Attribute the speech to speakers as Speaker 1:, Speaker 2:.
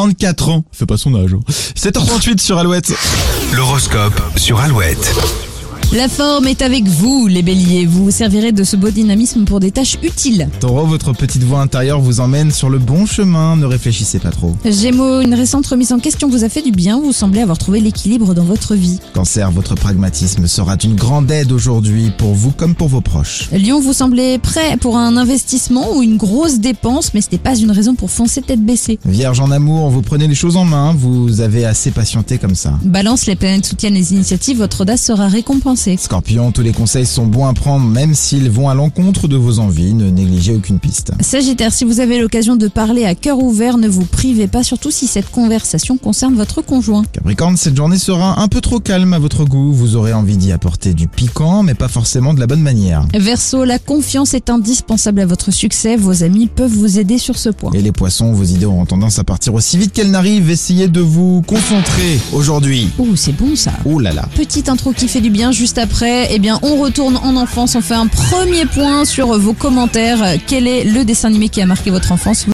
Speaker 1: 44 ans. Fais pas son âge. hein. 7h38 sur Alouette.
Speaker 2: L'horoscope sur Alouette.
Speaker 3: La forme est avec vous, les béliers. Vous vous servirez de ce beau dynamisme pour des tâches utiles.
Speaker 1: Taureau, votre petite voix intérieure vous emmène sur le bon chemin. Ne réfléchissez pas trop.
Speaker 3: Gémeaux, une récente remise en question vous a fait du bien. Vous semblez avoir trouvé l'équilibre dans votre vie.
Speaker 1: Cancer, votre pragmatisme sera d'une grande aide aujourd'hui pour vous comme pour vos proches.
Speaker 3: Lion, vous semblez prêt pour un investissement ou une grosse dépense, mais ce n'est pas une raison pour foncer tête baissée.
Speaker 1: Vierge en amour, vous prenez les choses en main. Vous avez assez patienté comme ça.
Speaker 3: Balance, les planètes soutiennent les initiatives. Votre audace sera récompensée.
Speaker 1: Scorpion, tous les conseils sont bons à prendre même s'ils vont à l'encontre de vos envies. Ne négligez aucune piste.
Speaker 3: Sagittaire, si vous avez l'occasion de parler à cœur ouvert, ne vous privez pas, surtout si cette conversation concerne votre conjoint.
Speaker 1: Capricorne, cette journée sera un peu trop calme à votre goût. Vous aurez envie d'y apporter du piquant, mais pas forcément de la bonne manière.
Speaker 3: Verseau, la confiance est indispensable à votre succès. Vos amis peuvent vous aider sur ce point.
Speaker 1: Et les poissons, vos idées auront tendance à partir aussi vite qu'elles n'arrivent. Essayez de vous concentrer aujourd'hui.
Speaker 3: Ouh, c'est bon ça.
Speaker 1: Oh là là.
Speaker 3: Petite intro qui fait du bien juste après. Eh bien, on retourne en enfance. On fait un premier point sur vos commentaires. Quel est le dessin animé qui a marqué votre enfance